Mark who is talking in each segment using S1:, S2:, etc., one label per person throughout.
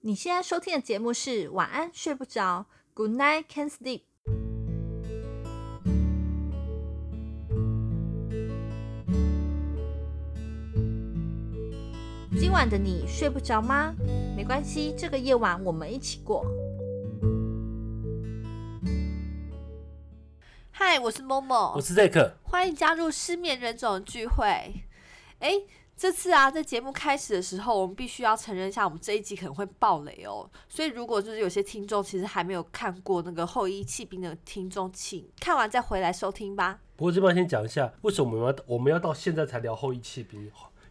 S1: 你现在收听的节目是《晚安睡不着》，Good night can't sleep。今晚的你睡不着吗？没关系，这个夜晚我们一起过。嗨，我是某某
S2: 我，是 Zack，
S1: 欢迎加入失眠人种聚会。哎，这次啊，在节目开始的时候，我们必须要承认一下，我们这一集可能会爆雷哦。所以，如果就是有些听众其实还没有看过那个《后裔弃兵》的听众，请看完再回来收听吧。
S2: 不过这边先讲一下，为什么我们要我们要到现在才聊《后羿弃兵》？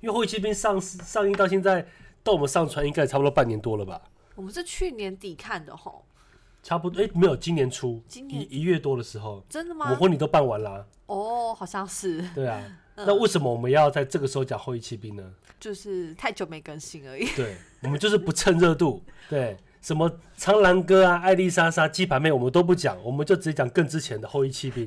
S2: 因为《后羿弃兵上》上映到现在，到我们上传应该也差不多半年多了吧？
S1: 我们是去年底看的吼，
S2: 差不多，哎、没有，今年初，
S1: 今年
S2: 一一月多的时候，
S1: 真的
S2: 我
S1: 吗
S2: 们？婚礼都办 完啦。
S1: 哦，好像是，
S2: 对啊，
S1: 嗯
S2: 那为什么我们要在这个时候讲《后羿弃兵》呢？
S1: 就是太久没更新而已。
S2: 对，我们就是不趁热度，对，什么《苍兰哥》啊、《艾丽莎莎》、《鸡排妹》，我们都不讲，我们就直接讲更之前的《后羿弃兵》。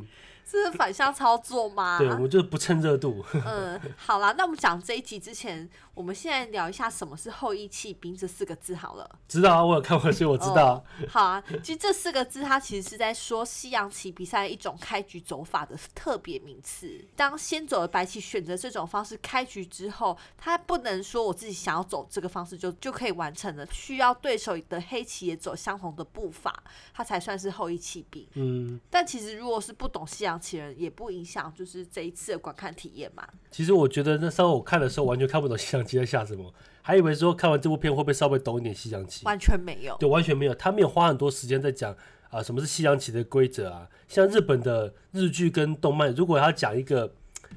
S1: 这是反向操作吗？
S2: 对，我们就是不趁热度。
S1: 嗯，好啦，那我们讲这一集之前，我们现在聊一下什么是“后羿弃兵”这四个字好了。
S2: 知道啊，我有看过，所以我知道啊。
S1: 好啊，其实这四个字它其实是在说西洋棋比赛一种开局走法的特别名词。当先走的白棋选择这种方式开局之后，它不能说我自己想要走这个方式就就可以完成了，需要对手的黑棋也走相同的步伐，它才算是后羿弃兵。
S2: 嗯，
S1: 但其实如果是不懂西洋棋的人，也不影响就是这一次的观看体验嘛。
S2: 其实我觉得那时候我看的时候完全看不懂西洋棋在下什么，还以为说看完这部片会不会稍微懂一点西洋棋，
S1: 完全没有。
S2: 对，完全没有，他没有花很多时间在讲啊、什么是西洋棋的规则啊。像日本的日剧跟动漫，如果要讲一个，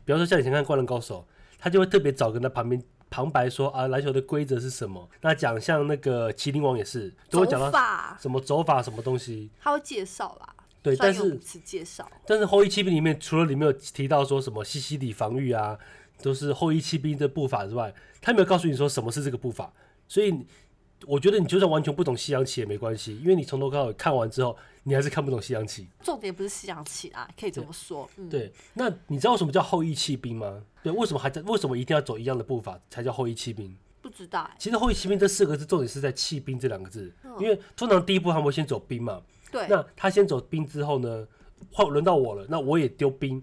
S2: 比方说像以前看《灌篮高手》，他就会特别找跟他旁边嗯旁白说啊篮球的规则是什么。那讲像那个《麒麟王》也是，都
S1: 走
S2: 会讲到
S1: 法，
S2: 什么走法什么东西。
S1: 他会介绍啦，
S2: 对，
S1: 专
S2: 但
S1: 有
S2: 是
S1: 名词介绍。
S2: 但是后羿骑兵里面，除了里面有提到说什么西西里防御啊，都是后羿骑兵的步法之外，他没有告诉你说什么是这个步法，所以我觉得你就算完全不懂西洋棋也没关系，因为你从头到尾看完之后，你还是看不懂西洋棋。
S1: 重点不是西洋棋啦，可以这么说。嗯，
S2: 对，那你知道为什么叫后羿骑兵吗？对，为什么还在为什么一定要走一样的步法才叫后羿骑兵？
S1: 不知道哎、
S2: 其实后羿骑兵这四个字重点是在骑兵这两个字，因为通常第一步他们会先走兵嘛，
S1: 对，
S2: 那他先走兵之后呢，换轮到我了，那我也丢兵，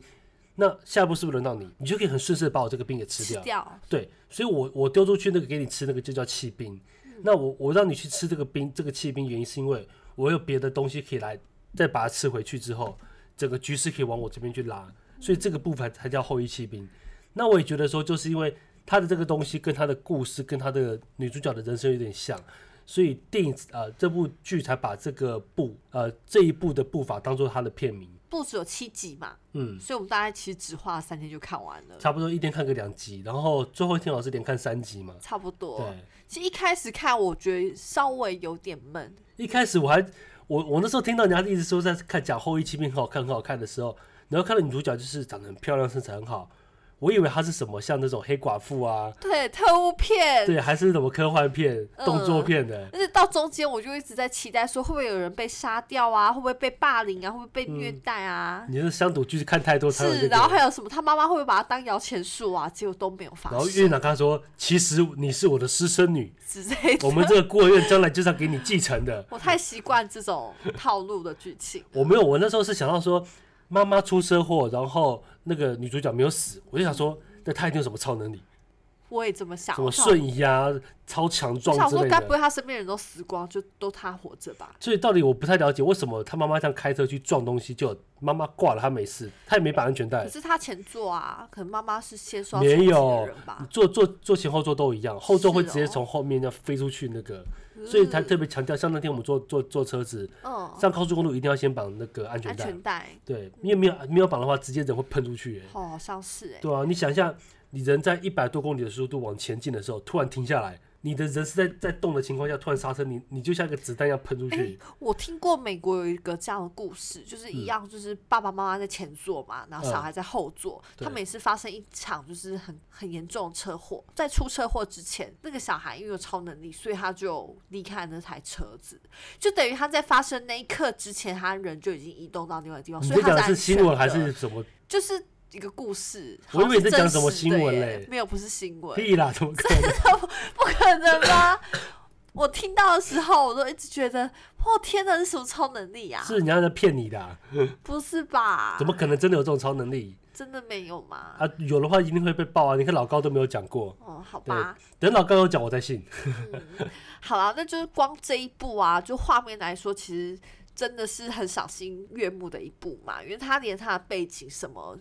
S2: 那下一步是不是轮到你？你就可以很顺势地把我这个兵给吃
S1: 吃
S2: 掉。
S1: 掉。
S2: 对，所以我我丢出去那个给你吃那个就叫弃兵。那我我让你去吃这个兵，这个弃兵原因是因为我有别的东西可以来再把它吃回去之后，整个局势可以往我这边去拉，所以这个部分才叫后羿弃兵。那我也觉得说，就是因为他的这个东西跟他的故事跟他的女主角的人生有点像，所以电影呃这部剧才把这个步呃这一步的步伐当做它的片名。
S1: 不只有七集嘛，
S2: 嗯，
S1: 所以我们大概其实只花了三天就看完了，
S2: 差不多一天看个两集，然后最后一天老师连看三集嘛。
S1: 差不多
S2: 对。，
S1: 其实一开始看，我觉得稍微有点闷，
S2: 一开始我还我我那时候听到人家一直说在看讲《后羿骑兵》很好看很好看的时候，然后看到女主角就是长得很漂亮，身材很好，我以为她是什么像那种黑寡妇啊，
S1: 对，特务片。
S2: 对，还是什么科幻片、
S1: 嗯
S2: 动作片的。
S1: 而且到中间，我就一直在期待说，会不会有人被杀掉啊？会不会被霸凌啊？会不会被虐待啊？
S2: 你是乡土剧看太多嗯才有这
S1: 是，
S2: 个。
S1: 然后还有什么？他妈妈会不会把他当摇钱树啊？结果都没有发
S2: 然后
S1: 生
S2: 院长跟他说：“其实你是我的私生女，
S1: 之类的。
S2: 我们这个孤儿院将来就是要给你继承的。
S1: 我太习惯这种套路的剧情。”
S2: 我没有，我那时候是想到说，妈妈出车祸，然后那个女主角没有死，我就想说，那她一定有什么超能力，
S1: 我也这么想。
S2: 什么
S1: 我想
S2: 瞬移啊、超强
S1: 我
S2: 壮
S1: 想
S2: 之
S1: 说，
S2: 类
S1: 该不
S2: 的。
S1: 会他身边人都死光，就都他活着吧？
S2: 所以到底我不太了解为什么他妈妈这样开车去撞东西，就妈妈挂了，她没事，她也没绑安全带
S1: 可，是他前座啊，可能妈妈是先刷
S2: 没有
S1: 的人吧？
S2: 坐坐坐前后座都一样，后座会
S1: 啊是哦
S2: 直接从后面这样飞出去那个，所以才特别强调，像那天我们坐坐坐车子
S1: 嗯，
S2: 上高速公路一定要先绑那个安全
S1: 安
S2: 带，
S1: 全带，
S2: 对，因为没有没有绑的话，直接人会喷出去、欸，
S1: 哦，好像是哎、
S2: 对啊，你想一下，你人在一百多公里的速度往前进的时候，突然停下来，你的人是在在动的情况下突然刹车，你你就像一个子弹一样喷出去。
S1: 我听过美国有一个这样的故事，就是
S2: 嗯
S1: 一样，就是爸爸妈妈在前座嘛，然后小孩在后座，
S2: 对
S1: 他们也是发生一场就是很很严重的车祸。在出车祸之前，那个小孩因为有超能力，所以他就离开那台车子，就等于他在发生那一刻之前，他人就已经移动到另外一个地方，
S2: 你
S1: 哦所以他
S2: 在讲的
S1: 安
S2: 是
S1: 全
S2: 新闻
S1: 的
S2: 还是什么？
S1: 就是一个故事。
S2: 我以为你
S1: 好
S2: 在
S1: 像
S2: 讲
S1: 是
S2: 什么
S1: 真实的
S2: 新闻
S1: 耶
S2: 嘞
S1: 没有，不是新闻，
S2: 屁啦，怎么可能？
S1: 不可能吧？ 我听到的时候，我都一直觉得，我天哪，这是什么超能力呀、
S2: 是人家在骗你的啊、
S1: 不是吧？
S2: 怎么可能真的有这种超能力
S1: 真的没有吗？
S2: 啊？有的话一定会被爆啊！你看老高都没有讲过，
S1: 哦，好
S2: 对
S1: 吧，
S2: 等老高有讲我再信。
S1: 好啦，那就是光这一部啊，就画面来说，其实真的是很赏心悦目的一部嘛，因为它连它的背景什么。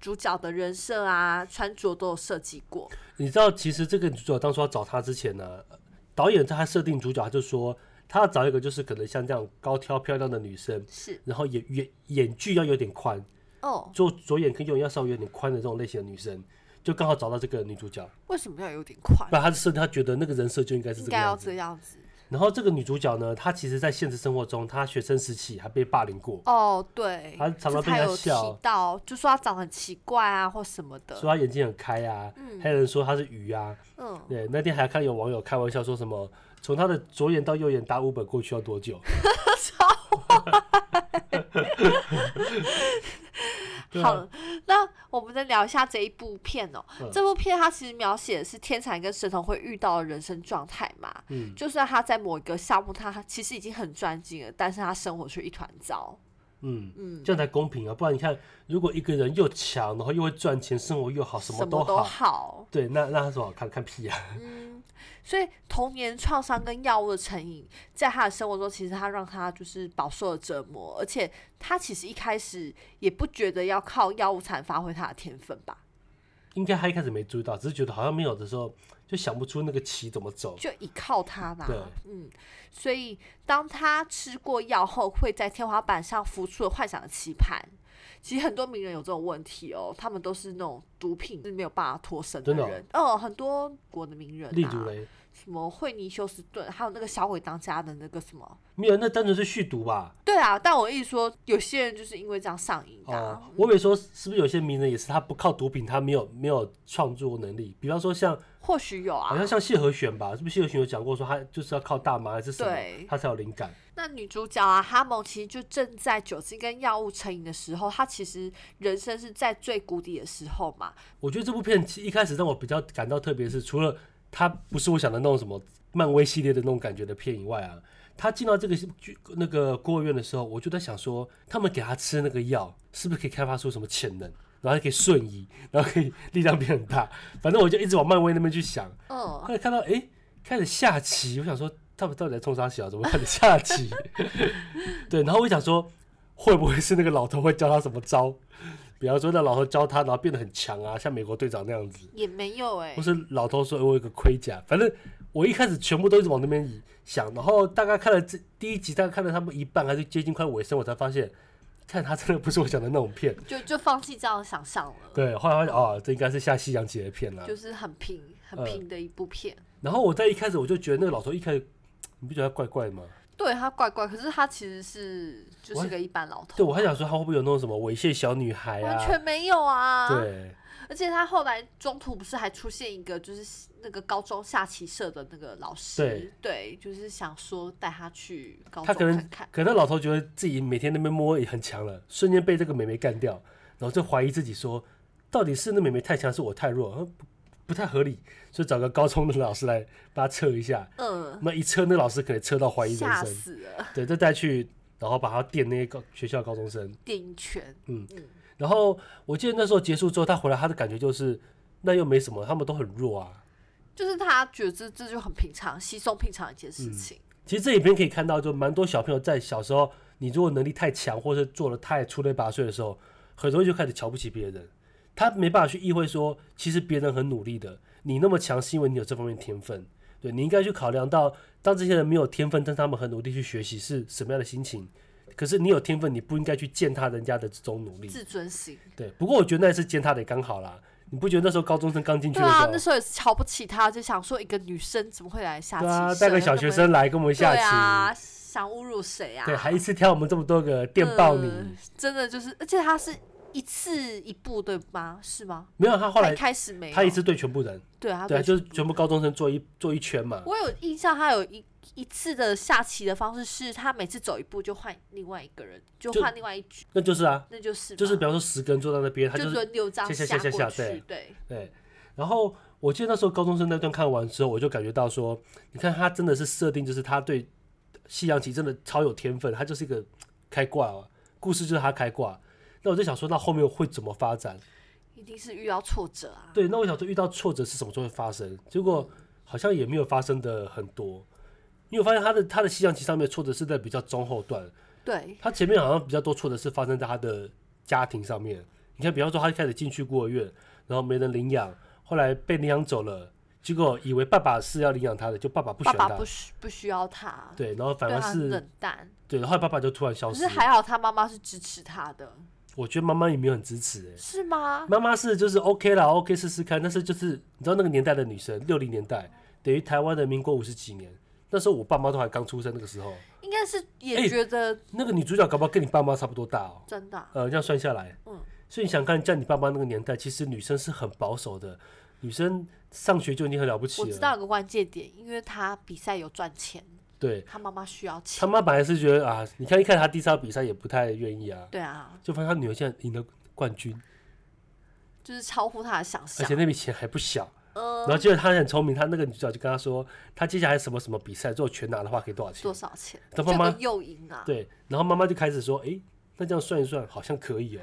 S1: 主角的人设啊，穿着都有设计过，
S2: 你知道，其实这个女主角当初要找他之前呢，导演他设定主角他就说，他要找一个就是可能像这样高挑漂亮的女生，
S1: 是
S2: 然后眼眼眼距要有点宽，
S1: 哦，
S2: 就左眼跟右眼要稍微有点宽的这种类型的女生，就刚好找到这个女主角。
S1: 为什么要有点快？
S2: 不然他设定他觉得那个人设就应该是
S1: 应
S2: 这个
S1: 该要
S2: 样子。
S1: 这样子。
S2: 然后这个女主角呢，她其实在现实生活中，她学生时期还被霸凌过，
S1: 哦，对，
S2: 他常
S1: 就
S2: 常被人家
S1: 有提
S2: 笑
S1: 到，就说他长得很奇怪啊，或什么的。
S2: 说她眼睛很开啊，还有人说她是鱼啊。
S1: 嗯，
S2: 对，那天还看有网友开玩笑说什么，从她的左眼到右眼打五本过去要多久？对啊
S1: 好，那我们再聊一下这一部片哦、
S2: 嗯
S1: 这部片它其实描写的是天才跟神童会遇到的人生状态嘛。
S2: 嗯
S1: 就算他在某一个项目，他其实已经很专精了，但是他生活却一团糟。
S2: 嗯
S1: 嗯，
S2: 这样才公平啊！不然你看，如果一个人又强，然后又会赚钱，生活又好，什么
S1: 么
S2: 都
S1: 都
S2: 好，
S1: 好。
S2: 对，那那他什么好看看屁啊？
S1: 嗯，所以童年创伤跟药物的成瘾，在他的生活中，其实他让他就是饱受了折磨，而且他其实一开始也不觉得要靠药物才能发挥他的天分吧，
S2: 应该他一开始没注意到，只是觉得好像没有的时候，就想不出那个棋怎么走。
S1: 就依靠他啦
S2: 对。
S1: 嗯，所以当他吃过药后，会在天花板上浮出了幻想的棋盘。其实很多名人有这种问题哦，他们都是那种毒品是没有办法脱身的
S2: 真的哦
S1: 人。哦，很多国的名人、啊，
S2: 例如嘞，
S1: 什么惠尼休斯顿，还有那个小鬼当家的那个什么
S2: 没有，那单纯是续毒吧？
S1: 对啊，但我一直说，有些人就是因为这样上瘾的啊、
S2: 哦，我以为说是不是有些名人也是他不靠毒品，他没有没有创作能力？比方说像
S1: 或许有
S2: 好
S1: 啊。
S2: 像像谢和弦吧，是不是谢和弦有讲过说他就是要靠大麻还是什
S1: 对
S2: 么，他才有灵感？
S1: 那女主角啊，哈蒙其实就正在酒精跟药物成瘾的时候，她其实人生是在最谷底的时候嘛。
S2: 我觉得这部片其一开始让我比较感到特别是，除了它不是我想的那种什么漫威系列的那种感觉的片以外啊，他进到这个剧那个孤儿院的时候，我就在想说，他们给他吃那个药，是不是可以开发出什么潜能，然后还可以瞬移，然后可以力量变很大？反正我就一直往漫威那边去想。
S1: 嗯，
S2: 后来看到哎、诶开始下棋，我想说他们到底在冲啥小？怎么开始下棋？对，然后我想说，会不会是那个老头会教他什么招？比方说那老头教他，然后变得很强啊，像美国队长那样子，
S1: 也没有哎、
S2: 或是老头说、诶我有个盔甲，反正我一开始全部都一直往那边移想，然后大概看了这第一集，大概看了他们一半，还是接近快尾声，我才发现，看他真的不是我想的那种片。
S1: 就就放弃这样的想象了，
S2: 对，后来发现哦，这应该是下西洋棋的片啦。
S1: 就是很平很
S2: 嗯
S1: 平的一部片。
S2: 然后我在一开始我就觉得那个老头一开始，你不觉得他怪怪的吗？
S1: 对他怪怪，可是他其实是就是个一般老头，
S2: 对，我还想说他会不会有那种什么猥亵小女孩
S1: 完
S2: 啊？
S1: 全没有啊。
S2: 对，
S1: 而且他后来中途不是还出现一个就是那个高中下棋社的那个老师，对，就是想说带他去高
S2: 他可
S1: 中
S2: 能
S1: 看看，
S2: 可能老头觉得自己每天那边摸也很强了，瞬间被这个妹妹干掉，然后就怀疑自己说，到底是那妹妹太强，是我太弱，呃不不太合理，所以找个高中的老师来帮他测一下。
S1: 嗯，
S2: 那一测，那老师可能测到怀疑人
S1: 吓
S2: 生，
S1: 死了，
S2: 对，再带去，然后把他电那些高学校高中生。
S1: 电影圈，
S2: 然后我记得那时候结束之后，他回来，他的感觉就是，那又没什么，他们都很弱啊。
S1: 就是他觉得这这就很平常，稀松平常的一件
S2: 嗯
S1: 事情，
S2: 其实这里边可以看到，就蛮多小朋友在小时候，你如果能力太强，或是做的太出类拔萃的时候，很容易就开始瞧不起别人。他没办法去意会说，其实别人很努力的，你那么强是因为你有这方面天分。对你应该去考量到，当这些人没有天分，但他们很努力去学习，是什么样的心情。可是你有天分，你不应该去践踏人家的这种努力。
S1: 自尊心，
S2: 对，不过我觉得那一次践踏的也刚好啦。你不觉得那时候高中生刚进去
S1: 对
S2: 的时
S1: 啊
S2: 候，，
S1: 那时候也是瞧不起他，就想说一个女生怎么会来下棋
S2: 对
S1: 社，
S2: 啊，带个小学生来跟我们
S1: 那么
S2: 下棋，
S1: 对啊，想侮辱谁啊？
S2: 对，还一次挑我们这么多个电爆你。
S1: 嗯真的就是，而且他是一次一步对吗？是吗？
S2: 没有，他后
S1: 他
S2: 来
S1: 一开始没有，
S2: 他一次对全部人，
S1: 对啊，
S2: 对啊，
S1: 对
S2: 就是全部高中生坐一坐一圈嘛。
S1: 我有印象，他有一一次的下棋的方式是，他每次走一步就换另外一个人，就
S2: 就
S1: 换另外一局，
S2: 那就是啊，
S1: 那就是
S2: 就是
S1: 嘛
S2: 比方说十个人坐在那边，他
S1: 就
S2: 就是
S1: 轮流这样
S2: 下下
S1: 下
S2: 下下
S1: 过
S2: 下
S1: 去，对，
S2: 对。然后我记得那时候高中生那段看完之后，我就感觉到说，你看他真的是设定，就是他对西洋棋真的超有天分，他就是一个开挂、啊，故事就是他开挂。那我就想说，那后面会怎么发展？
S1: 一定是遇到挫折啊。
S2: 对，那我想说，遇到挫折是什么时候会发生？结果好像也没有发生的很多，因为我发现他的他的西洋棋上面挫折是在比较中后段，
S1: 对，
S2: 他前面好像比较多挫折是发生在他的家庭上面。你看，比方说他一开始进去孤儿院，然后没人领养，后来被领养走了，结果以为爸爸是要领养他的，就爸爸不喜
S1: 爸
S2: 欢他，
S1: 爸不需不需要他，
S2: 对，然后反
S1: 对
S2: 而
S1: 他很
S2: 是
S1: 冷淡。
S2: 对，然后爸爸就突然消
S1: 可
S2: 失
S1: 是
S2: 了。
S1: 还好他妈妈是支持他的，
S2: 我觉得妈妈也没有很支持、欸，
S1: 是吗？
S2: 妈妈是就是 OK 啦，OK 试试看，但是就是你知道那个年代的女生，六零年代等于台湾的民国五十几年，那时候我爸妈都还刚出生，那个时候
S1: 应该是
S2: 哎
S1: 也觉得
S2: 那个女主角搞不好跟你爸妈差不多大哦、
S1: 真的啊、
S2: 呃，这样算下来，
S1: 嗯
S2: 所以你想看，在你爸妈那个年代，其实女生是很保守的，女生上学就已经很了不起
S1: 我
S2: 了。
S1: 知道有个关键点，因为他比赛有赚钱，
S2: 对
S1: 他妈妈需要
S2: 他
S1: 钱。
S2: 妈本来是觉得啊，你看一看他第一场比赛也不太愿意啊，
S1: 对啊，
S2: 就发现他女儿现在赢了冠军，
S1: 就是超乎他的想
S2: 而
S1: 象
S2: 且。那笔钱还不小。
S1: 嗯、
S2: 然后接着他很聪明，他那个女主角就跟他说，他接下来什么什么比赛，如果全拿的话可以多少钱
S1: 多？少钱？这
S2: 他妈妈
S1: 个诱因啊，
S2: 对，然后妈妈就开始说，诶，那这样算一算好像可以哦、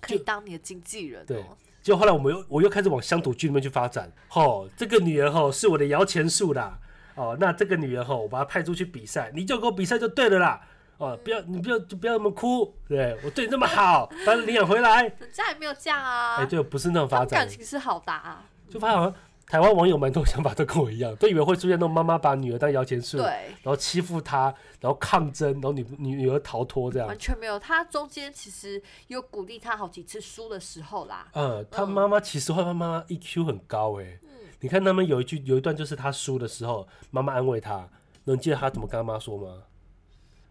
S1: 可以当你的经纪人
S2: 对
S1: 哦。
S2: 结果后来我们又我又开始往乡土剧里面去发展，吼，这个女儿吼是我的摇钱树啦，哦，那这个女儿吼我把她派出去比赛，你就给我比赛就对了啦，
S1: 嗯
S2: 哦，不要你不要就不要那么哭，对我对你那么 好，把你领养回来，
S1: 人家也没有这样啊，
S2: 哎、对，不是那种
S1: 他
S2: 发
S1: 们
S2: 展
S1: 感，情是好的啊。
S2: 就发现好像台湾网友蛮多想法都跟我一样，都以为会出现那种妈妈把女儿当摇钱树，然
S1: 对，
S2: 后欺负她，然后抗争，然后女女女儿逃脱这样
S1: 完，全没有。他中间其实有鼓励他好几次输的时候啦，
S2: 嗯，他妈妈其实后来妈妈 EQ 很高哎、你看他们有一句有一段就是他输的时候，妈妈安慰他，能记得他怎么跟他妈说吗？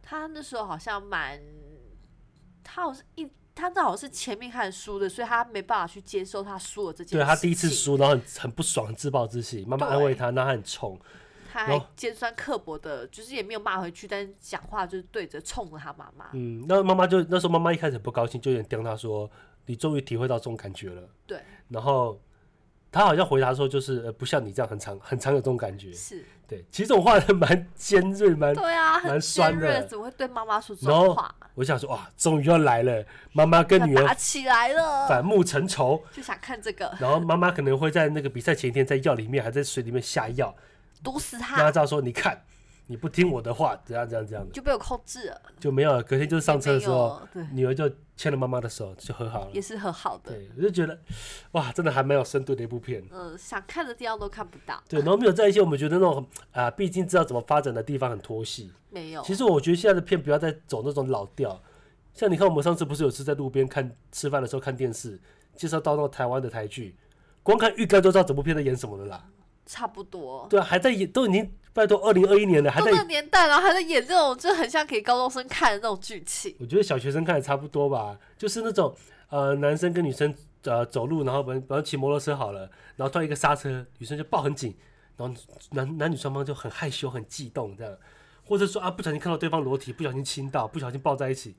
S1: 他那时候好像蛮，他好像一他那好像是前面开始输的，所以他没办法去接受他输了这件事情。
S2: 对他第一次，输，然后很很不爽，自暴自弃，妈妈安慰他，那他很冲，
S1: 他
S2: 然
S1: 还
S2: 后
S1: 尖酸刻薄的，就是也没有骂回去，但是讲话就是对着冲着他妈妈。
S2: 嗯，那妈妈就那时候妈妈一开始很不高兴，就有点刁他说，你终于体会到这种感觉了，
S1: 对，
S2: 然后。他好像回答说，就是、呃、不像你这样很常很常有这种感觉。
S1: 是，
S2: 对，其实这种话蛮尖锐，蛮
S1: 对啊，很
S2: 蛮酸
S1: 尖锐
S2: 的
S1: 怎么会对妈妈说这
S2: 然
S1: 种
S2: 后
S1: 话？
S2: 我想说，哇，终于要来了，妈妈跟
S1: 要
S2: 女儿
S1: 打起来了，
S2: 反目成仇。
S1: 就想看这个，
S2: 然后妈妈可能会在那个比赛前一天在药里面还在水里面下药，
S1: 毒死
S2: 让他
S1: 他，
S2: 知道说你看你不听我的话，怎样怎样怎样的
S1: 就被我控制了。
S2: 就没有了。隔天就是上车的时候，
S1: 没有，对，
S2: 女儿就牵了妈妈的手就和好了
S1: 也。是很好的。
S2: 对，我就觉得哇，真的还蛮有深度的一部片。
S1: 嗯，想看的地方都看不到，
S2: 对，然后没有在一些我们觉得那种啊，毕竟知道怎么发展的地方很拖戏。
S1: 没有。
S2: 其实我觉得现在的片不要再走那种老调，像你看我们上次不是有次在路边看吃饭的时候看电视，介绍到那个台湾的台剧，光看预告就知道整部片在演什么了啦。
S1: 差不多。
S2: 对啊，还在演，都已经拜托二零二一年了，还
S1: 都
S2: 在
S1: 这。个年代了，还在演这种，就很像给高中生看的那种剧情。
S2: 我觉得小学生看也差不多吧，就是那种呃男生跟女生呃走路，然后本本来骑摩托车好了，然后突然一个刹车，女生就抱很紧，然后男男女双方就很害羞、很悸动这样，或者说啊不小心看到对方裸体，不小心亲到，不小心抱在一起，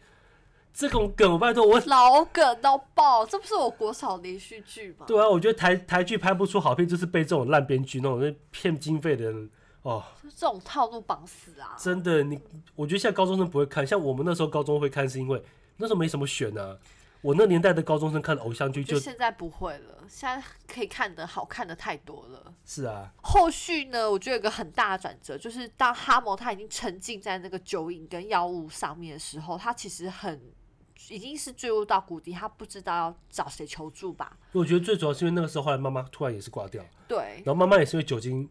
S2: 这种梗我拜托我。
S1: 老梗到爆，这不是我国小连续剧吗？
S2: 对啊，我觉得台台剧拍不出好片，就是被这种烂编剧那种骗经费的人哦，
S1: 就这种套路绑死啊！
S2: 真的，你我觉得现在高中生不会看，像我们那时候高中会看，是因为那时候没什么选啊。我那年代的高中生看的偶像剧
S1: 就
S2: 就
S1: 现在不会了，现在可以看的好看的太多了。
S2: 是啊，
S1: 后续呢，我觉得有个很大的转折，就是当哈摩他已经沉浸在那个酒瘾跟药物上面的时候，他其实很已经是坠入到谷底，他不知道要找谁求助吧？
S2: 我觉得最主要是因为那个时候后来妈妈突然也是挂掉，
S1: 对
S2: 然后妈妈也是因为酒精，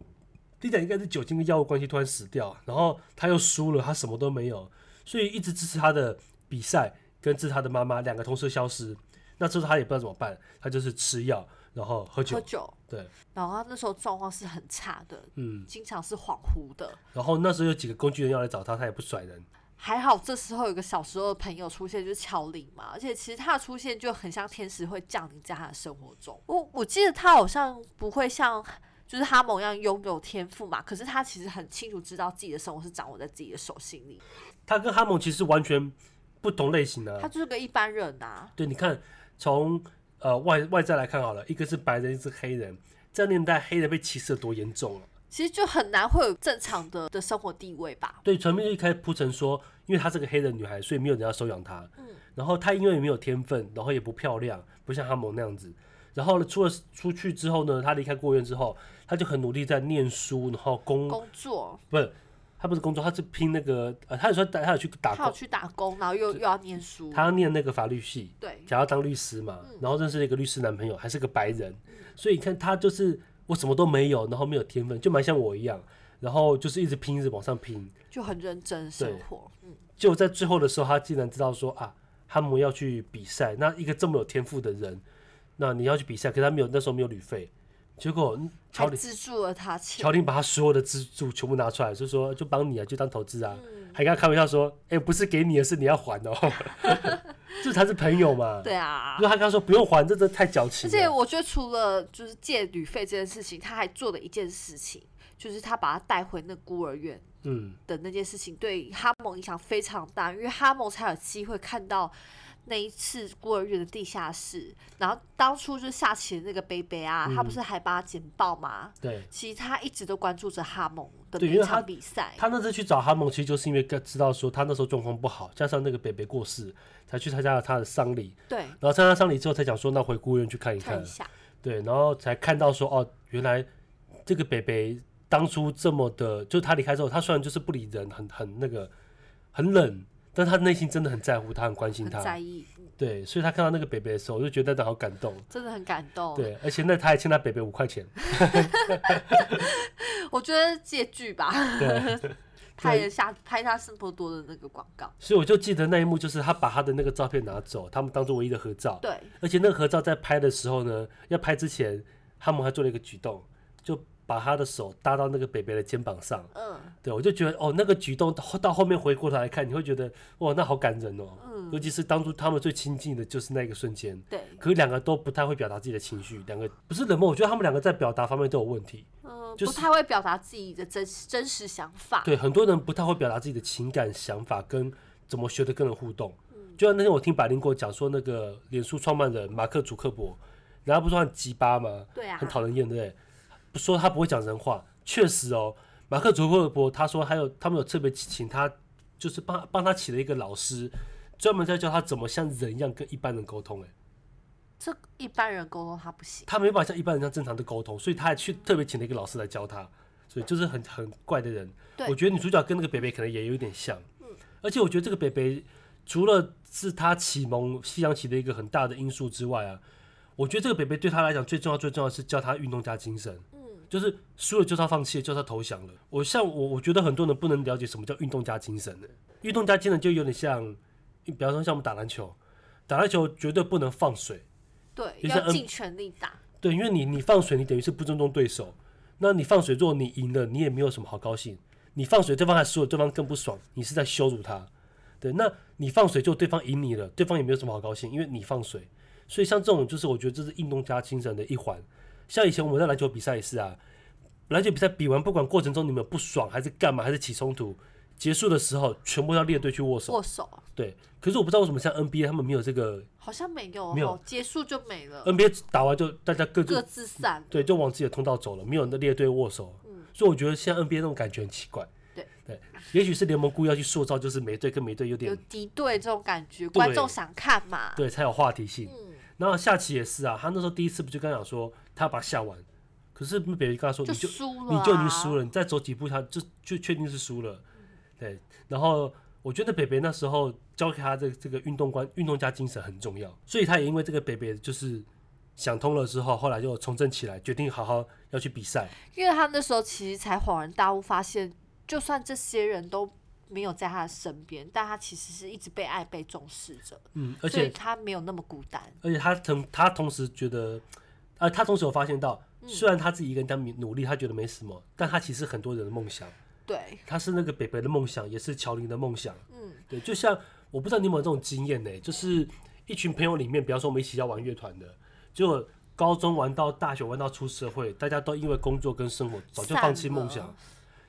S2: 第一点应该是酒精跟药物关系突然死掉，然后她又输了，她什么都没有，所以一直支持她的比赛跟支持她的妈妈两个同时消失，那之后她也不知道怎么办，她就是吃药然后喝
S1: 喝
S2: 酒，
S1: 酒，
S2: 对，
S1: 然后他那时候状况是很差的，
S2: 嗯，
S1: 经常是恍惚的。
S2: 然后那时候有几个工具人要来找她，她也不甩人，
S1: 还好这时候有个小时候的朋友出现，就是乔林嘛，而且其实他的出现就很像天使会降临在他的生活中。我我记得他好像不会像就是哈蒙一样拥有天赋嘛，可是他其实很清楚知道自己的生活是掌握在自己的手心里，
S2: 她跟哈蒙其实完全不同类型的、啊
S1: 他就是个一般人呐、啊
S2: 对，你看从呃外外在来看好了，一个是白人，一个是黑人，这样年代黑的被歧视的多严重啊！
S1: 其实就很难会有正常的的生活地位吧。
S2: 对，传媒就一开始铺陈说，因为她是个黑人女孩，所以没有人要收养她。然后她因为没有天分，然后也不漂亮，不像哈蒙那样子。然后呢，出了出去之后呢，她离开孤儿院之后，她就很努力在念书，然后工
S1: 工作，
S2: 不是，她不是工作，她是拼那个呃，她有时候她有去打
S1: 他有
S2: 工，
S1: 去打工，然后又又要念书，
S2: 她要念那个法律系，
S1: 对，
S2: 想要当律师嘛，
S1: 嗯
S2: 然后认识了一个律师男朋友，还是个白人，所以你看她就是我什么都没有，然后没有天分，就蛮像我一样，然后就是一直拼，一直往上拼。
S1: 就很认真生活。嗯，
S2: 就在最后的时候，她竟然知道说啊，哈姆要去比赛，那一个这么有天赋的人，那你要去比赛，可是他没有那时候没有旅费，结果嗯乔
S1: 还
S2: 里
S1: 资助了他钱
S2: 乔，林把他所有的资助全部拿出来，就说就帮你啊，就当投资啊，
S1: 嗯
S2: 还跟他开玩笑说，哎、不是给你的，是你要还哦， 这才是朋友嘛。
S1: 对啊
S2: 如。果他跟他说不用还，这真的太矫情
S1: 而且
S2: 了。
S1: 我觉得除了就是借旅费这件事情，他还做了一件事情，就是他把他带回那孤儿院
S2: 嗯，
S1: 的那件事情，对哈蒙影响非常大，因为哈蒙才有机会看到那一次孤儿院的地下室。然后当初就下棋的那个贝贝啊，
S2: 嗯
S1: 他不是还帮他剪报吗？
S2: 对。
S1: 其实他一直都关注着哈蒙的
S2: 对
S1: 每
S2: 因
S1: 一
S2: 为他
S1: 场比赛，
S2: 他那次去找哈蒙，其实就是因为知道说他那时候状况不好，加上那个北北过世，才去参加了他的丧礼。
S1: 对，
S2: 然后参加丧礼之后，才想说那回孤儿院去看一
S1: 看
S2: 看
S1: 一。下，
S2: 对，然后才看到说哦，原来这个北北当初这么的，就是他离开之后，他虽然就是不理人，很很那个很冷，但他内心真的很在乎他，很关心
S1: 很在
S2: 他。
S1: 意，
S2: 对，所以他看到那个北北的时候，我就觉得那好感动。
S1: 真的很感动。
S2: 对，而且那他还欠他北北五块钱。
S1: 我觉得借剧吧， 拍了下拍他圣托多的那个广告，
S2: 所以我就记得那一幕，就是他把他的那个照片拿走，他们当做唯一的合照。
S1: 对，
S2: 而且那个合照在拍的时候呢，要拍之前，哈姆还做了一个举动，就把他的手搭到那个北北的肩膀上。
S1: 嗯，
S2: 对，我就觉得哦，那个举动到到后面回过头来看，你会觉得哇，那好感人哦。尤其是当初他们最亲近的就是那个瞬间，
S1: 对，
S2: 可是两个都不太会表达自己的情绪，两个不是冷漠，我觉得他们两个在表达方面都有问题。
S1: 嗯，
S2: 就
S1: 不
S2: 是
S1: 太会表达自己的真实真实想法，
S2: 对，很多人不太会表达自己的情感、想法跟怎么学着跟人互动。就像那天我听百灵果讲说，那个脸书创办人马克·祖克伯，人家不是说他很鸡巴吗？
S1: 对啊
S2: 很讨人厌，对不对？不说他不会讲人话，确实哦。马克·祖克伯他说，还有他们有特别请他，就是帮帮他请了一个老师，专门在教他怎么像人一样跟一般人沟通。哎，
S1: 这一般人沟通他不行。
S2: 他没办法像一般人这样正常的沟通，所以他还去特别请了一个老师来教他，所以就是很很怪的人。
S1: 对
S2: 我觉得女主角跟那个北北可能也有一点像，而且我觉得这个北北除了是他启蒙西洋棋的一个很大的因素之外啊，我觉得这个北北对他来讲最重要最重要的是教他运动家精神。就是输了就他放弃，就他投降了。我像我，我觉得很多人不能了解什么叫运动家精神呢。运动家精神就有点像，比方说像我们打篮球，打篮球绝对不能放水，
S1: 对，
S2: 就像嗯
S1: 要尽全力打，
S2: 对，因为你你放水，你等于是不尊重对手。那你放水，如果你赢了，你也没有什么好高兴。你放水，对方还输了，对方更不爽，你是在羞辱他。对，那你放水就对方赢你了，对方也没有什么好高兴，因为你放水。所以像这种，就是我觉得这是运动家精神的一环。像以前我们在篮球比赛也是啊，篮球比赛比完，不管过程中你们不爽还是干嘛，还是起冲突，结束的时候全部要列队去握手。
S1: 握手
S2: 对，可是我不知道为什么像 NBA 他们没有这个
S1: 好像没有，
S2: 没有
S1: 哦，结束就没了，
S2: ，NBA 打完就大家各自
S1: 各自散。
S2: 对，就往自己的通道走了，没有人的列队握手。所以我觉得现在 NBA 那种感觉很奇怪。
S1: 嗯对
S2: 对，也许是联盟故意要去塑造，就是每队跟每队有
S1: 有
S2: 点
S1: 敌对这种感觉，观众想看嘛？
S2: 对才有话题性。
S1: 嗯，
S2: 然后下棋也是啊，他那时候第一次不就跟他讲说他要把他下完，可是别人跟他说你就
S1: 输了、啊，
S2: 你就已经输了，你再走几步他就就确定是输了。对，然后我觉得北北那时候教给他的这个运动观、运动家精神很重要，所以他也因为这个北北就是想通了之后，后来就重振起来，决定好好要去比赛。
S1: 因为他那时候其实才恍然大悟，发现就算这些人都没有在他的身边，但他其实是一直被爱、被重视着，
S2: 嗯，而
S1: 所
S2: 且
S1: 以他没有那么孤单。
S2: 而且他同他同时觉得，呃，他同时有发现到，
S1: 嗯
S2: 虽然他自己一个人在努力，他觉得没什么，但他其实很多人的梦想，
S1: 对，
S2: 他是那个北北的梦想，也是乔林的梦想。
S1: 嗯，
S2: 对，就像我不知道你有没有这种经验呢、就是一群朋友里面，比方说我们一起要玩乐团的，结果高中玩到大学，玩到出社会，大家都因为工作跟生活早就放弃梦
S1: 散
S2: 想
S1: 了，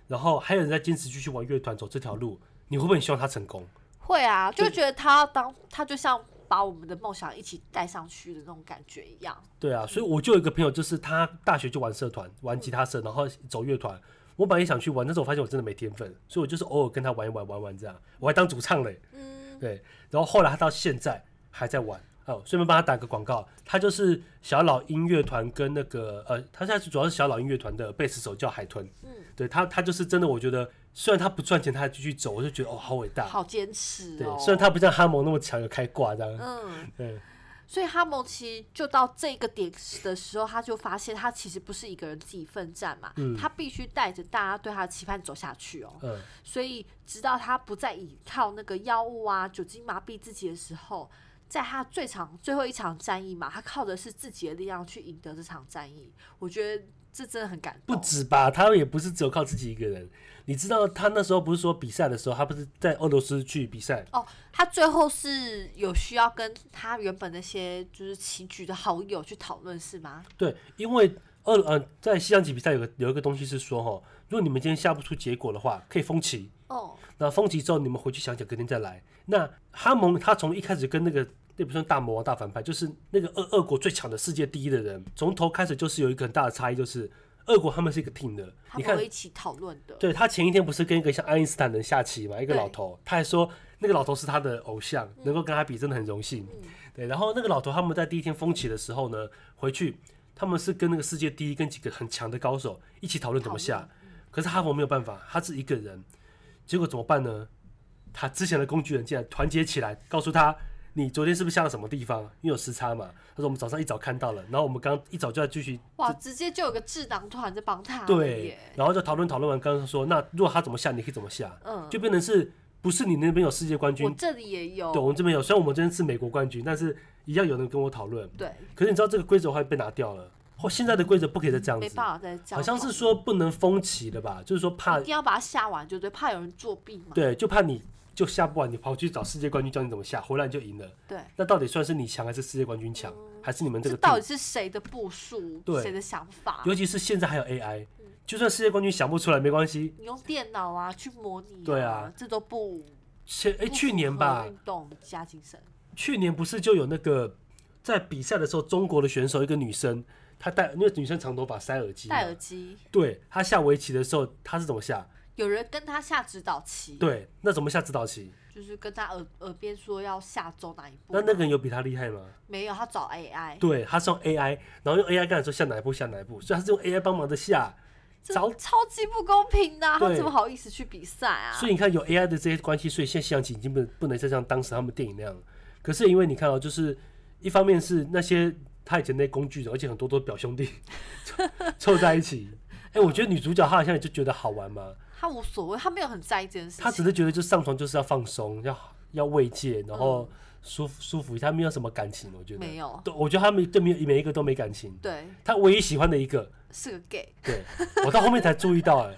S2: 然后还有人在坚持继续玩乐团走这条路，你会不会很希望他成功？
S1: 会啊，就觉得他要当他就像把我们的梦想一起带上去的那种感觉一样。
S2: 对啊，所以我就有一个朋友，就是他大学就玩社团，玩吉他社，然后走乐团。我本来也想去玩，但是我发现我真的没天分，所以我就是偶尔跟他玩一玩，玩玩这样。我还当主唱嘞，
S1: 嗯，
S2: 对。然后后来他到现在还在玩。哦，顺便帮他打个广告，他就是小老鹰乐团跟那个呃，他现在主要是小老鹰乐团的贝斯手叫海豚，
S1: 嗯
S2: 对他他就是真的，我觉得虽然他不赚钱，他还继续走，我就觉得哦好伟大，
S1: 好坚持
S2: 对
S1: 哦。，
S2: 虽然他不像哈蒙那么强，有开挂这样，
S1: 嗯，
S2: 对
S1: 所以哈蒙奇就到这个点的时候，他就发现他其实不是一个人自己奋战嘛，他必须带着大家对他的期盼走下去哦。
S2: 嗯，
S1: 所以，直到他不再依靠那个药物啊、酒精麻痹自己的时候，在他最长最后一场战役嘛，他靠的是自己的力量去赢得这场战役。我觉得这真的很感
S2: 不
S1: 动。
S2: 止吧，他也不是只有靠自己一个人。你知道他那时候不是说比赛的时候，他不是在俄罗斯去比赛，
S1: 哦，他最后是有需要跟他原本那些就是棋局的好友去讨论是吗？
S2: 对，因为俄呃在西洋棋比赛有个有一个东西是说哈，如果你们今天下不出结果的话，可以封棋。
S1: 哦，
S2: 那封棋之后，你们回去想想，隔天再来。那哈蒙他从一开始跟那个那不算大魔王大反派，就是那个俄俄国最强的世界第一的人，从头开始就是有一个很大的差异，就是俄国他们是一个 team 的。
S1: 他
S2: 你
S1: 们
S2: 看
S1: 会，一起讨论的。
S2: 对他前一天不是跟一个像爱因斯坦的人下棋嘛，一个
S1: 对
S2: 老头，他还说那个老头是他的偶像，能够跟他比真的很荣幸。
S1: 嗯
S2: 对，然后那个老头他们在第一天封棋的时候呢，回去他们是跟那个世界第一跟几个很强的高手一起讨论怎么
S1: 讨嗯
S2: 下，可是哈佛没有办法，他是一个人，结果怎么办呢？他之前的工具人竟然团结起来，告诉他。你昨天是不是下了什么地方？因为有时差嘛。他说我们早上一早看到了，然后我们刚一早就要继续
S1: 哇，直接就有个智囊团在帮他了
S2: 对
S1: 耶，，
S2: 然后就讨论讨论完，刚刚说那如果他怎么下，你可以怎么下，
S1: 嗯
S2: 就变成是不是你那边有世界冠
S1: 我
S2: 军？
S1: 这里也
S2: 对，
S1: 有，
S2: 我们这边有，虽然我们这边是美国冠军，但是一样有人跟我讨论。
S1: 对，
S2: 可是你知道这个规则会被拿掉了，或现在的规则不可以再这样
S1: 没
S2: 子，
S1: 办法再这样。
S2: 好像是说不能封棋了吧？就是说怕
S1: 一定要把它下完，就对，怕有人作弊嘛。
S2: 对，就怕你就下不完，你跑去找世界冠军教你怎么下，回来你就赢了。
S1: 对，
S2: 那到底算是你强还是世界冠军强，还是你们这
S1: 这
S2: 个
S1: 到
S2: team
S1: 底嗯是谁的步数，
S2: 对
S1: 谁的想法？
S2: 尤其是现在还有 AI，
S1: 嗯
S2: 就算世界冠军想不出来没关系。
S1: 你用电脑啊去模拟、
S2: 对啊，
S1: 这都不
S2: 前哎、
S1: 不
S2: 去年
S1: 符合
S2: 吧，
S1: 运动加精神，
S2: 去年不是就有那个在比赛的时候，中国的选手一个女生，她戴因为女生长头发塞耳机嘛，
S1: 戴耳机，
S2: 对，她下围棋的时候，她是怎么下？
S1: 有人跟他下指导棋，
S2: 对，那怎么下指导棋？
S1: 就是跟他耳耳边说要下走哪一步
S2: 那
S1: 嘛，
S2: 那个人有比她厉害吗？
S1: 没有，他找 AI，
S2: 对，她是用 AI，然后用 AI 跟她说下哪一步下哪一步，所以她是用 AI 帮忙的下。
S1: 这
S2: 找
S1: 超级不公平的啊、他
S2: 对
S1: 怎么好意思去比赛啊
S2: 所？以你看有 AI 的这些关系，所以现在西洋棋已经不能不能再像当时他们电影那样。可是因为你看哦，就是一方面是那些他以前那些工具人，而且很多都是表兄弟 凑凑在一起。哎、我觉得女主角她好像也就觉得好玩嘛，
S1: 他无所谓，他没有很在意这件事
S2: 他只
S1: 情。
S2: 是觉得就上床就是要放松，要要慰藉，然后舒服舒服一下，没有什么感情，我觉得
S1: 嗯没有
S2: 对，我觉得他们对每每一个都没感情。
S1: 对，
S2: 他唯一喜欢的一个，
S1: 是个 gay。
S2: 对我到后面才注意到、哎，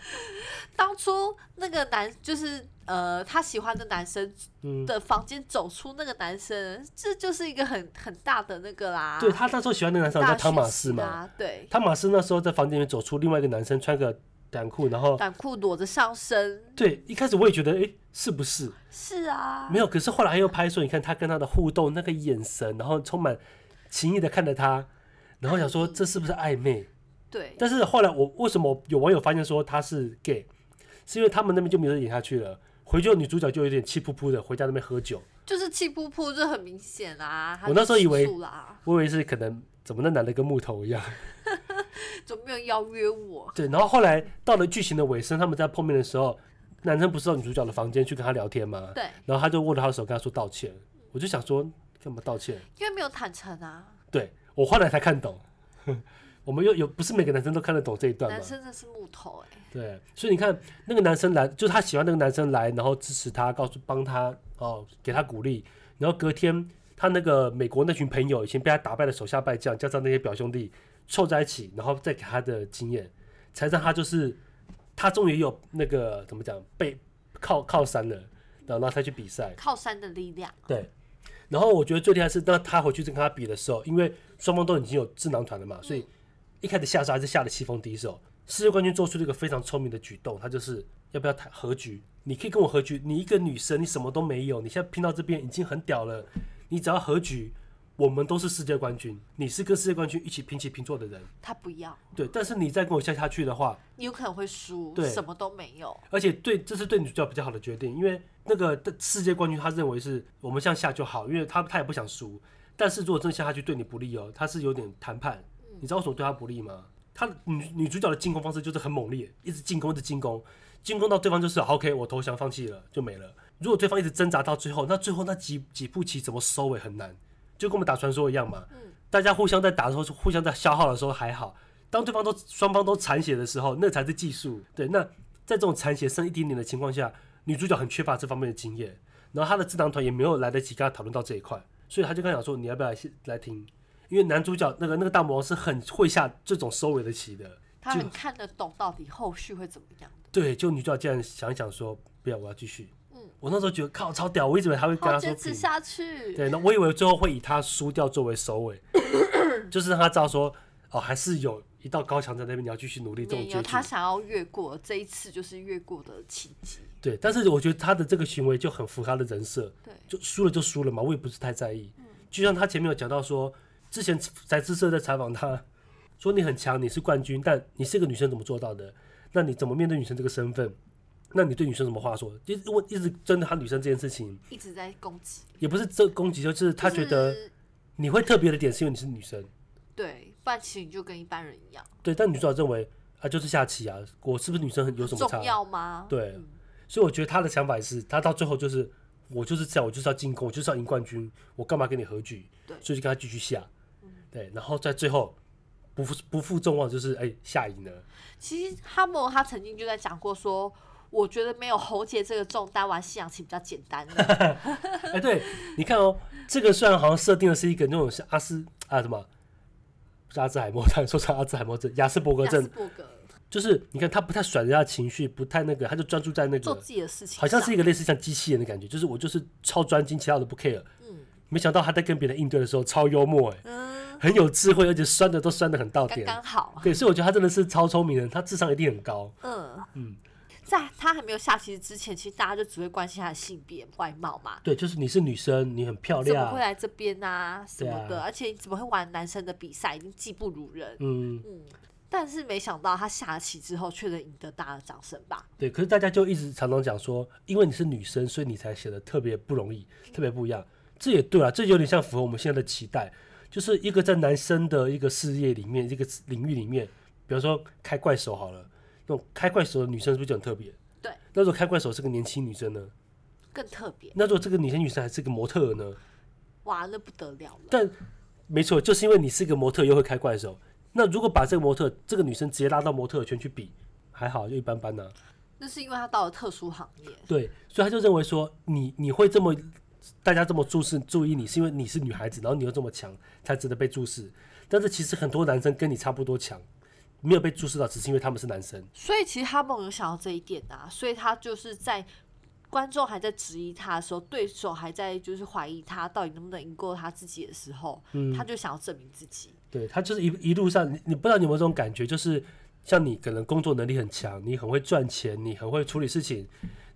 S1: 当初那个男就是呃，他喜欢的男生
S2: 嗯，
S1: 的房间走出那个男生，这就是一个很很大的那个啦。
S2: 对他那时候喜欢的男生
S1: 大
S2: 叫
S1: 讯
S2: 汤马
S1: 息
S2: 斯嘛，
S1: 啊？对，
S2: 汤马斯那时候在房间里面走出另外一个男生，穿个短裤，然后
S1: 短裤裸着上身，
S2: 对，一开始我也觉得，哎、是不是
S1: 是啊，
S2: 没有？可是后来又拍说，你看他跟他的互动，那个眼神，然后充满情意的看着他，然后想说这是不是暧昧？
S1: 对，
S2: 但是后来我为什么有网友发现说他是 gay，是因为他们那边就没有演下去了。回去后女主角就有点气扑扑的，回家那边喝酒。
S1: 就是气噗噗，这很明显啊。他
S2: 我那时候以为
S1: 吃醋啦，
S2: 我以为是可能怎么那男的跟木头一样，
S1: 怎么没有邀约我？
S2: 对。然后后来到了剧情的尾声，他们在碰面的时候，男生不是到女主角的房间去跟她聊天吗？
S1: 对，
S2: 然后他就握着她的手跟她说道歉。我就想说干嘛道歉？
S1: 因为没有坦诚啊。
S2: 对我后来才看懂， 我们又有不是每个男生都看得懂这一段
S1: 男
S2: 嘛？
S1: 生真是木头哎、
S2: 对，所以你看，那个男生来，就是他喜欢那个男生来，然后支持他，告诉帮他哦，给他鼓励。然后隔天，他那个美国那群朋友，以前被他打败的手下败将，加上那些表兄弟凑在一起，然后再给他的经验，才让他就是他终于有那个怎么讲被靠靠山了，然后然后才去比赛。
S1: 靠山的力量。
S2: 对，然后我觉得最厉害是，那他回去再跟他比的时候，因为双方都已经有智囊团了嘛，所以一开始下手还是下的棋逢敌手。世界冠军做出了一个非常聪明的举动，他就是要不要谈和局？你可以跟我和局，你一个女生，你什么都没有，你现在拼到这边已经很屌了，你只要和局，我们都是世界冠军，你是跟世界冠军一起平起平坐的人，
S1: 他不要，
S2: 对。但是你再跟我下下去的话，
S1: 你有可能会输，
S2: 对
S1: 什么都没有。
S2: 而且对，这是对女主角比较好的决定，因为那个世界冠军他认为是我们向下就好，因为他他也不想输。但是如果真的下下去对你不利哦，他是有点谈判。你知道为什么对他不利吗？他女女主角的进攻方式就是很猛烈，一直进攻，一直进攻，进攻到对方就是 OK，我投降放弃了就没了。如果对方一直挣扎到最后，那最后那几几步棋怎么收尾很难，就跟我们打传说一样嘛。大家互相在打的时候，互相在消耗的时候还好，当对方都双方都残血的时候，那才是技术。对，那在这种残血剩一点点的情况下，女主角很缺乏这方面的经验，然后她的智囊团也没有来得及跟她讨论到这一块，所以她就跟她讲说，你要不要来来听？因为男主角那个那个大魔王是很会下这种收尾的棋的，
S1: 他
S2: 就
S1: 很看得懂到底后续会怎么样。
S2: 对，就女主角竟然想一想说，不要，我要继续。
S1: 嗯
S2: 我那时候觉得靠超屌，我一直以为他会跟
S1: 好，
S2: 她说
S1: 坚持
S2: 停，
S1: 下去。
S2: 对，那我以为最后会以他输掉作为收 尾，就是让他知道说，哦，还是有一道高墙在那边，你要继续努力这种
S1: 没
S2: 结
S1: 有，
S2: 局。
S1: 他想要越过这一次，就是越过的奇迹。
S2: 对，但是我觉得他的这个行为就很符合他的人设，
S1: 对，
S2: 就输了就输了嘛，我也不是太在
S1: 嗯
S2: 意。就像他前面有讲到说，之前财智社在采访他，说你很强，你是冠军，但你是个女生怎么做到的？那你怎么面对女生这个身份？那你对女生有什么话说？一直问，一直针对他女生这件事情，
S1: 一直在攻击。
S2: 也不是这攻击，就是他觉得
S1: 就是
S2: 你会特别的点是因为你是女生。
S1: 对，不然其实你就跟一般人一样，
S2: 对，但女主角认为啊，就是下棋啊，我是不是女生很有什么差
S1: 重？要吗？
S2: 对
S1: 嗯，
S2: 所以我觉得他的想法也是，他到最后就是我就是这样，我就是要进攻，我就是要赢冠军，我干嘛跟你和局？
S1: 对嗯
S2: 所以就跟他继续下，对，然后在最后不负不负众望，就是哎、下赢了，
S1: 其实哈姆他曾经就在讲过说。我觉得没有侯杰这个重担，玩西洋棋比较简单。
S2: 哎、对，你看哦，这个虽然好像设定的是一个那种像阿斯啊什么。不是阿兹海默， 他说成阿兹海默症、雅斯伯格
S1: 亚斯
S2: 症，
S1: 伯格
S2: 就是你看他不太甩人家情绪，不太那个，他就专注在那
S1: 做
S2: 个，
S1: 自己的事情，
S2: 好像是一个类似像机器人的感觉，就是我就是超专精，其他的不 care。
S1: 嗯
S2: 没想到他在跟别人应对的时候超幽默、哎，
S1: 嗯，
S2: 很有智慧，而且酸的都酸的很到
S1: 刚
S2: 点。
S1: 刚好，
S2: 对，所以我觉得他真的是超聪明人，他智商一定很高。
S1: 嗯
S2: 嗯
S1: 在他还没有下棋之前，其实大家就只会关心他的性别、外貌嘛，
S2: 对，就是你是女生，你很漂
S1: 怎么
S2: 亮
S1: 会，啊来这边啊什么
S2: 哦对
S1: 的，
S2: 啊
S1: 而且你怎么会玩男生的比赛，已经技不如人。
S2: 嗯，
S1: 嗯，但是没想到他下了棋之后，却能赢得大家的掌声吧？
S2: 对。可是大家就一直常常讲说，因为你是女生，所以你才显得特别不容易，
S1: 嗯
S2: 特别不一样。这也对啊，这有点像符合我们现在的期待，就是一个在男生的一个事业里面，一个领域里面，比方说开怪手好了，那种开怪手的女生是不是就很特别？
S1: 对。
S2: 那时候开怪手是个年轻女生呢，
S1: 更特别，
S2: 那如果这个年轻女生还是个模特儿呢？
S1: 哇，那不得了了。
S2: 但没错，就是因为你是个模特又会开怪手，那如果把这个模特这个女生直接拉到模特圈去比，还好就一般般呐、
S1: 那是因为他到了特殊行业，
S2: 对，所以他就认为说你你会这么大家这么注视注意你，是因为你是女孩子，然后你又这么强，才值得被注视。但是其实很多男生跟你差不多强，没有被注视到，只是因为他们是男生。
S1: 所以其实哈梦有想到这一点啊，所以他就是在观众还在质疑他的时候，对手还在就是怀疑他到底能不能赢过他自己的时候，
S2: 嗯
S1: 他就想要证明自己。
S2: 对他就是一一路上，你你不知道你有没有这种感觉，就是像你可能工作能力很强，你很会赚钱，你很会处理事情，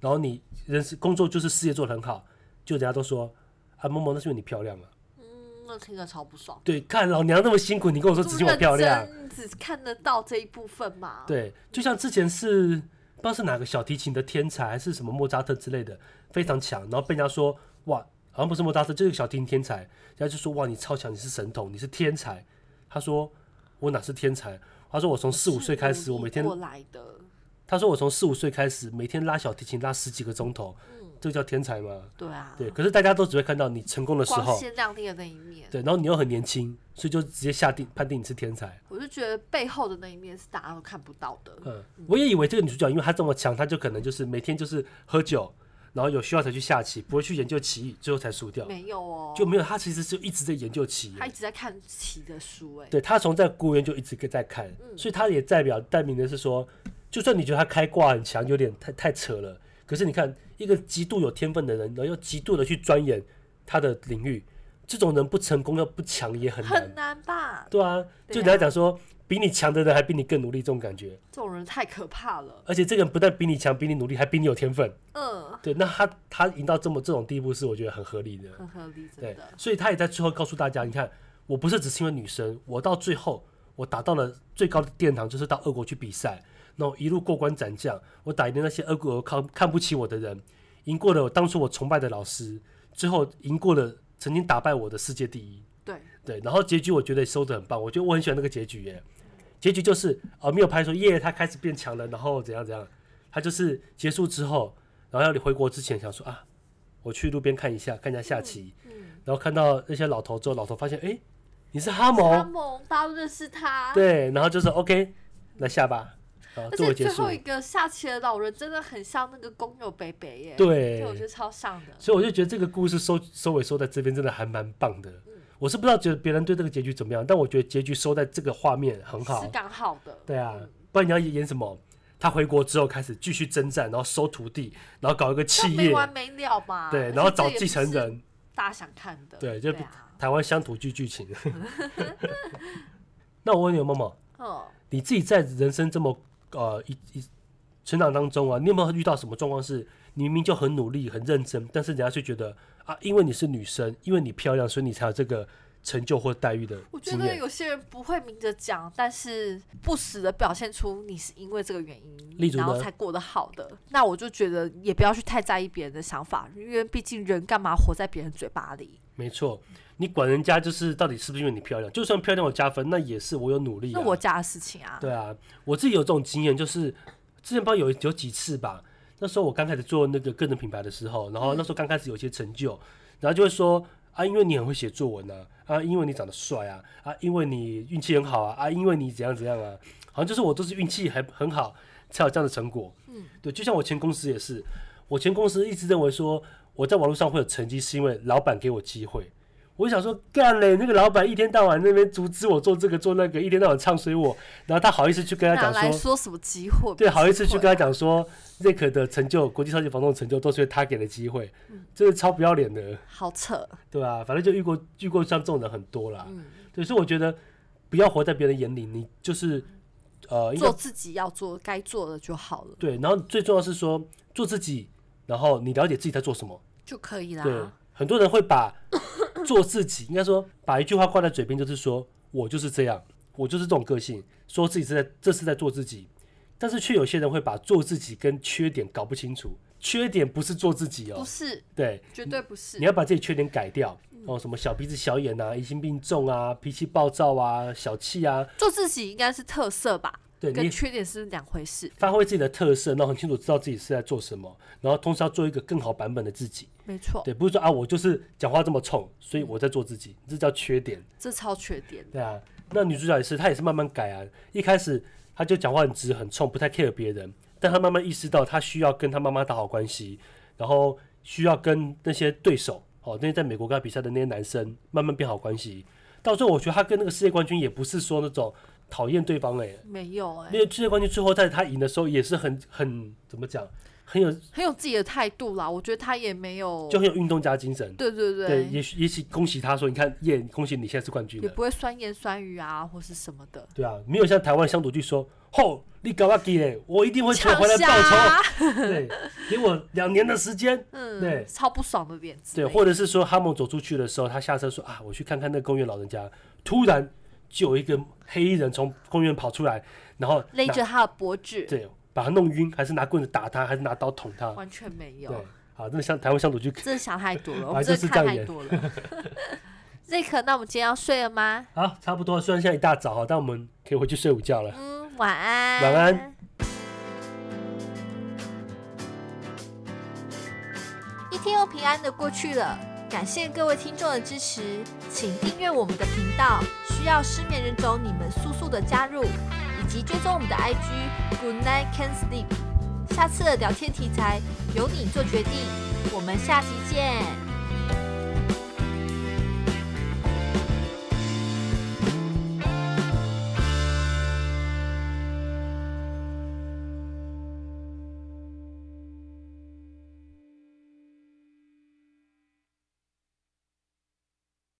S2: 然后你人事工作就是事业做得很好，就人家都说啊某某那是因为你漂亮啊，
S1: 嗯，那听着超不爽。
S2: 对，看老娘那么辛苦，你跟我说只是因为我漂亮，
S1: 这么认真，只看得到这一部分嘛？，
S2: 对，就像之前是不知道是哪个小提琴的天才还是什么莫扎特之类的，非常强，然后被人家说哇，好像不是莫扎特，就是个小提琴天才，人家就说哇你超强，你是神童，你是天才，他说我哪是天才？他说我从四五岁开始，我每天
S1: 过来的，
S2: 他说我从四五岁开始，每天拉小提琴拉十几个钟头，
S1: 嗯
S2: 这个叫天才吗？
S1: 对啊，
S2: 对，可是大家都只会看到你成功的时
S1: 光
S2: 候，
S1: 鲜亮丽的那一面，
S2: 对，然后你又很年轻，所以就直接下定判定你是天才。
S1: 我就觉得背后的那一面是大家都看不到的。
S2: 嗯，我也以为这个女主角因为她这么强，她就可能就是每天就是喝酒，然后有需要才去下棋，不会去研究棋艺，最后才输掉，
S1: 没有哦，
S2: 就没有。她其实就一直在研究棋，
S1: 他一直在看棋的书、哎，
S2: 对她从在孤园就一直在看，所以她也代表代明的是说，就算你觉得她开挂很强，有点太太扯了，可是你看一个极度有天分的人，然后又极度的去钻研他的领域，这种人不成功要不强也很难
S1: 很。难吧？
S2: 对啊，
S1: 对
S2: 就人家
S1: 啊
S2: 讲说，比你强的人还比你更努力，这种感觉。
S1: 这种人太可怕了。
S2: 而且这个人不但比你强，比你努力，还比你有天分。
S1: 嗯，
S2: 对，那他他赢到这么这种地步，是我觉得很合理的。
S1: 很合理，真
S2: 对
S1: 的，。
S2: 所以他也在最后告诉大家，你看，我不是只是因为女生，我到最后我达到了最高的殿堂，就是到俄国去比赛，那我一路过关斩将，我打赢了那些俄国看看不起我的人，赢过了我当初我崇拜的老师，最后赢过了曾经打败我的世界第一。
S1: 对，
S2: 对，然后结局我觉得收的很棒，我觉得我很喜欢那个结局耶。结局就是呃没有拍说耶，他开始变强了，然后怎样怎样，他就是结束之后，然后要回国之前想说啊，我去路边看一下，看一下下棋，
S1: 嗯
S2: 然后看到那些老头之后，老头发现哎你是哈
S1: 阿
S2: 蒙，
S1: 蒙，大家都认识他。
S2: 哦对，然后就说 OK，那下吧，然后
S1: 而
S2: 自
S1: 且
S2: 我结
S1: 最
S2: 束
S1: 后，一个下棋的老人真的很像那个工友北北耶，
S2: 对
S1: 对，我觉得超像的。
S2: 所以我就觉得这个故事收收尾收在这边真的还蛮棒的。
S1: 嗯
S2: 我是不知道觉得别人对这个结局怎么样，但我觉得结局收在这个画面很好
S1: 是，刚好的，
S2: 对啊，不然你要演什么？他回国之后开始继续征战，然后收徒弟，然后搞一个
S1: 这
S2: 企
S1: 没
S2: 业，
S1: 完没了嘛。
S2: 对，
S1: 而
S2: 然
S1: 啊
S2: 后
S1: 且这
S2: 找
S1: 也
S2: 继承
S1: 不是
S2: 人，
S1: 大家想看的，
S2: 对，就
S1: 啊
S2: 台湾乡土剧剧情。 那我问你，默默，
S1: 嗯，
S2: 你自己在人生这么呃一一成长当中啊，你有没有遇到什么状况是你明明就很努力、很认真，但是人家却觉得啊，因为你是女生，因为你漂亮，所以你才有这个成就或待遇的
S1: 我觉
S2: 经
S1: 得
S2: 验？
S1: 有些人不会明着讲，但是不时的表现出你是因为这个原
S2: 例
S1: 因，
S2: 如呢
S1: 然后才过得好的。那我就觉得也不要去太在意别人的想法，因为毕竟人干嘛活在别人嘴巴里？
S2: 没错，你管人家就是到底是不是因为你漂亮？就算漂亮有加分，那也是我有努力、啊。
S1: 那我家的事情啊，
S2: 对啊，我自己有这种经验，就是之前不知道有有几次吧。那时候我刚开始做那个个人品牌的时候，然后那时候刚开始有一些成就，然后就会说啊，因为你很会写作文啊，啊，因为你长得帅啊，啊，因为你运气很好啊，啊，因为你怎样怎样啊，好像就是我都是运气还很好才有这样的成果。嗯，对，就像我前公司也是，我前公司一直认为说我在网络上会有成绩是因为老板给我机会。我就想说，干嘞！那个老板一天到晚那边阻止我做这个做那个，一天到晚唱衰我，然后他好意思去跟他
S1: 哪
S2: 讲
S1: 来
S2: 说，
S1: 说什么机会？啊
S2: 对，好意思去跟他
S1: 他
S2: 讲说，Zack 的成就，国际超级房东的成就，都是因为他给的机会，真的超不要脸的，
S1: 好扯，
S2: 对吧、反正就遇过遇过像这种人很多啦，
S1: 嗯
S2: 对，所以我觉得不要活在别人眼里，你就是呃，应该
S1: 做自己要做该做的就好了，
S2: 对，然后最重要是说做自己，然后你了解自己在做什么，
S1: 就可以啦。
S2: 对，很多人 会把做自己，应该说把一句话挂在嘴边，就是说我就是这样，我就是这种个性，说自己是在这是在做自己，但是却有些人会把做自己跟缺点搞不清楚，缺点不是做自己
S1: 不
S2: 哦，
S1: 是，
S2: 对，
S1: 绝对不是
S2: 你。要把自己缺点改掉哦，什么小鼻子小眼啊，疑心病重啊，脾气暴躁啊，小气啊，
S1: 做自己应该是特色吧，
S2: 对
S1: 跟
S2: 你
S1: 缺点是两回事，
S2: 发挥自己的特色，然后很清楚知道自己是在做什么，然后同时要做一个更好版本的自己，
S1: 没错，
S2: 对，不是说啊我就是讲话这么冲，所以我在做自己，这叫缺点。
S1: 这超缺点的。
S2: 对啊，那女主角也是，她也是慢慢改啊。一开始她就讲话很直很冲，不太 care 别人，但她慢慢意识到她需要跟她妈妈打好关系，然后需要跟那些对手哦，那些在美国跟她比赛的那些男生慢慢变好关系。到最后，我觉得她跟那个世界冠军也不是说那种讨厌对方哎、
S1: 没有哎、
S2: 那个世界冠军最后在她赢的时候也是很很怎么讲，很有
S1: 很有自己的态度啦。我觉得他也没有，
S2: 就很有运动家精神。
S1: 对对对，
S2: 对，也许也许恭喜她说，你看耶，恭喜你现在是冠军
S1: 也
S2: 了。
S1: 不会酸言酸语啊，或是什么的。
S2: 对啊，没有像台湾乡土剧说，吼，你搞我给嘞，我一定会抢
S1: 抢
S2: 回来
S1: 下
S2: 报
S1: 啊，
S2: 仇。对，给我两年的时间。对
S1: 嗯，超不爽的脸之
S2: 对，
S1: 类的
S2: 或者是说哈姆走出去的时候，他下车说啊，我去看看那个公园老人家。突然就有一个黑衣人从公园跑出来，然后
S1: 勒
S2: 拿
S1: 着他的脖子，
S2: 对，把他弄晕，还是拿棍子打他，还是拿刀捅他。
S1: 完全没
S2: 对
S1: 有，，
S2: 好，那像台湾乡土剧。
S1: 真的想太 多了，我
S2: 本
S1: 们
S2: 来啊就
S1: 真
S2: 是
S1: 的
S2: 这样
S1: 看
S2: 演
S1: 太多了。Zack，那我们今天要睡了 吗？
S2: 好，差不多。虽然现在一大早哈，但我们可以回去睡午觉了。
S1: 嗯，晚安，
S2: 晚安。
S3: 一天又平安的过去了。感谢各位听众的支持，请订阅我们的频道。需要失眠人种你们速速的加入，以及追踪我们的 IG Good Night Can Sleep。下次的聊天题材由你做决定，我们下期见。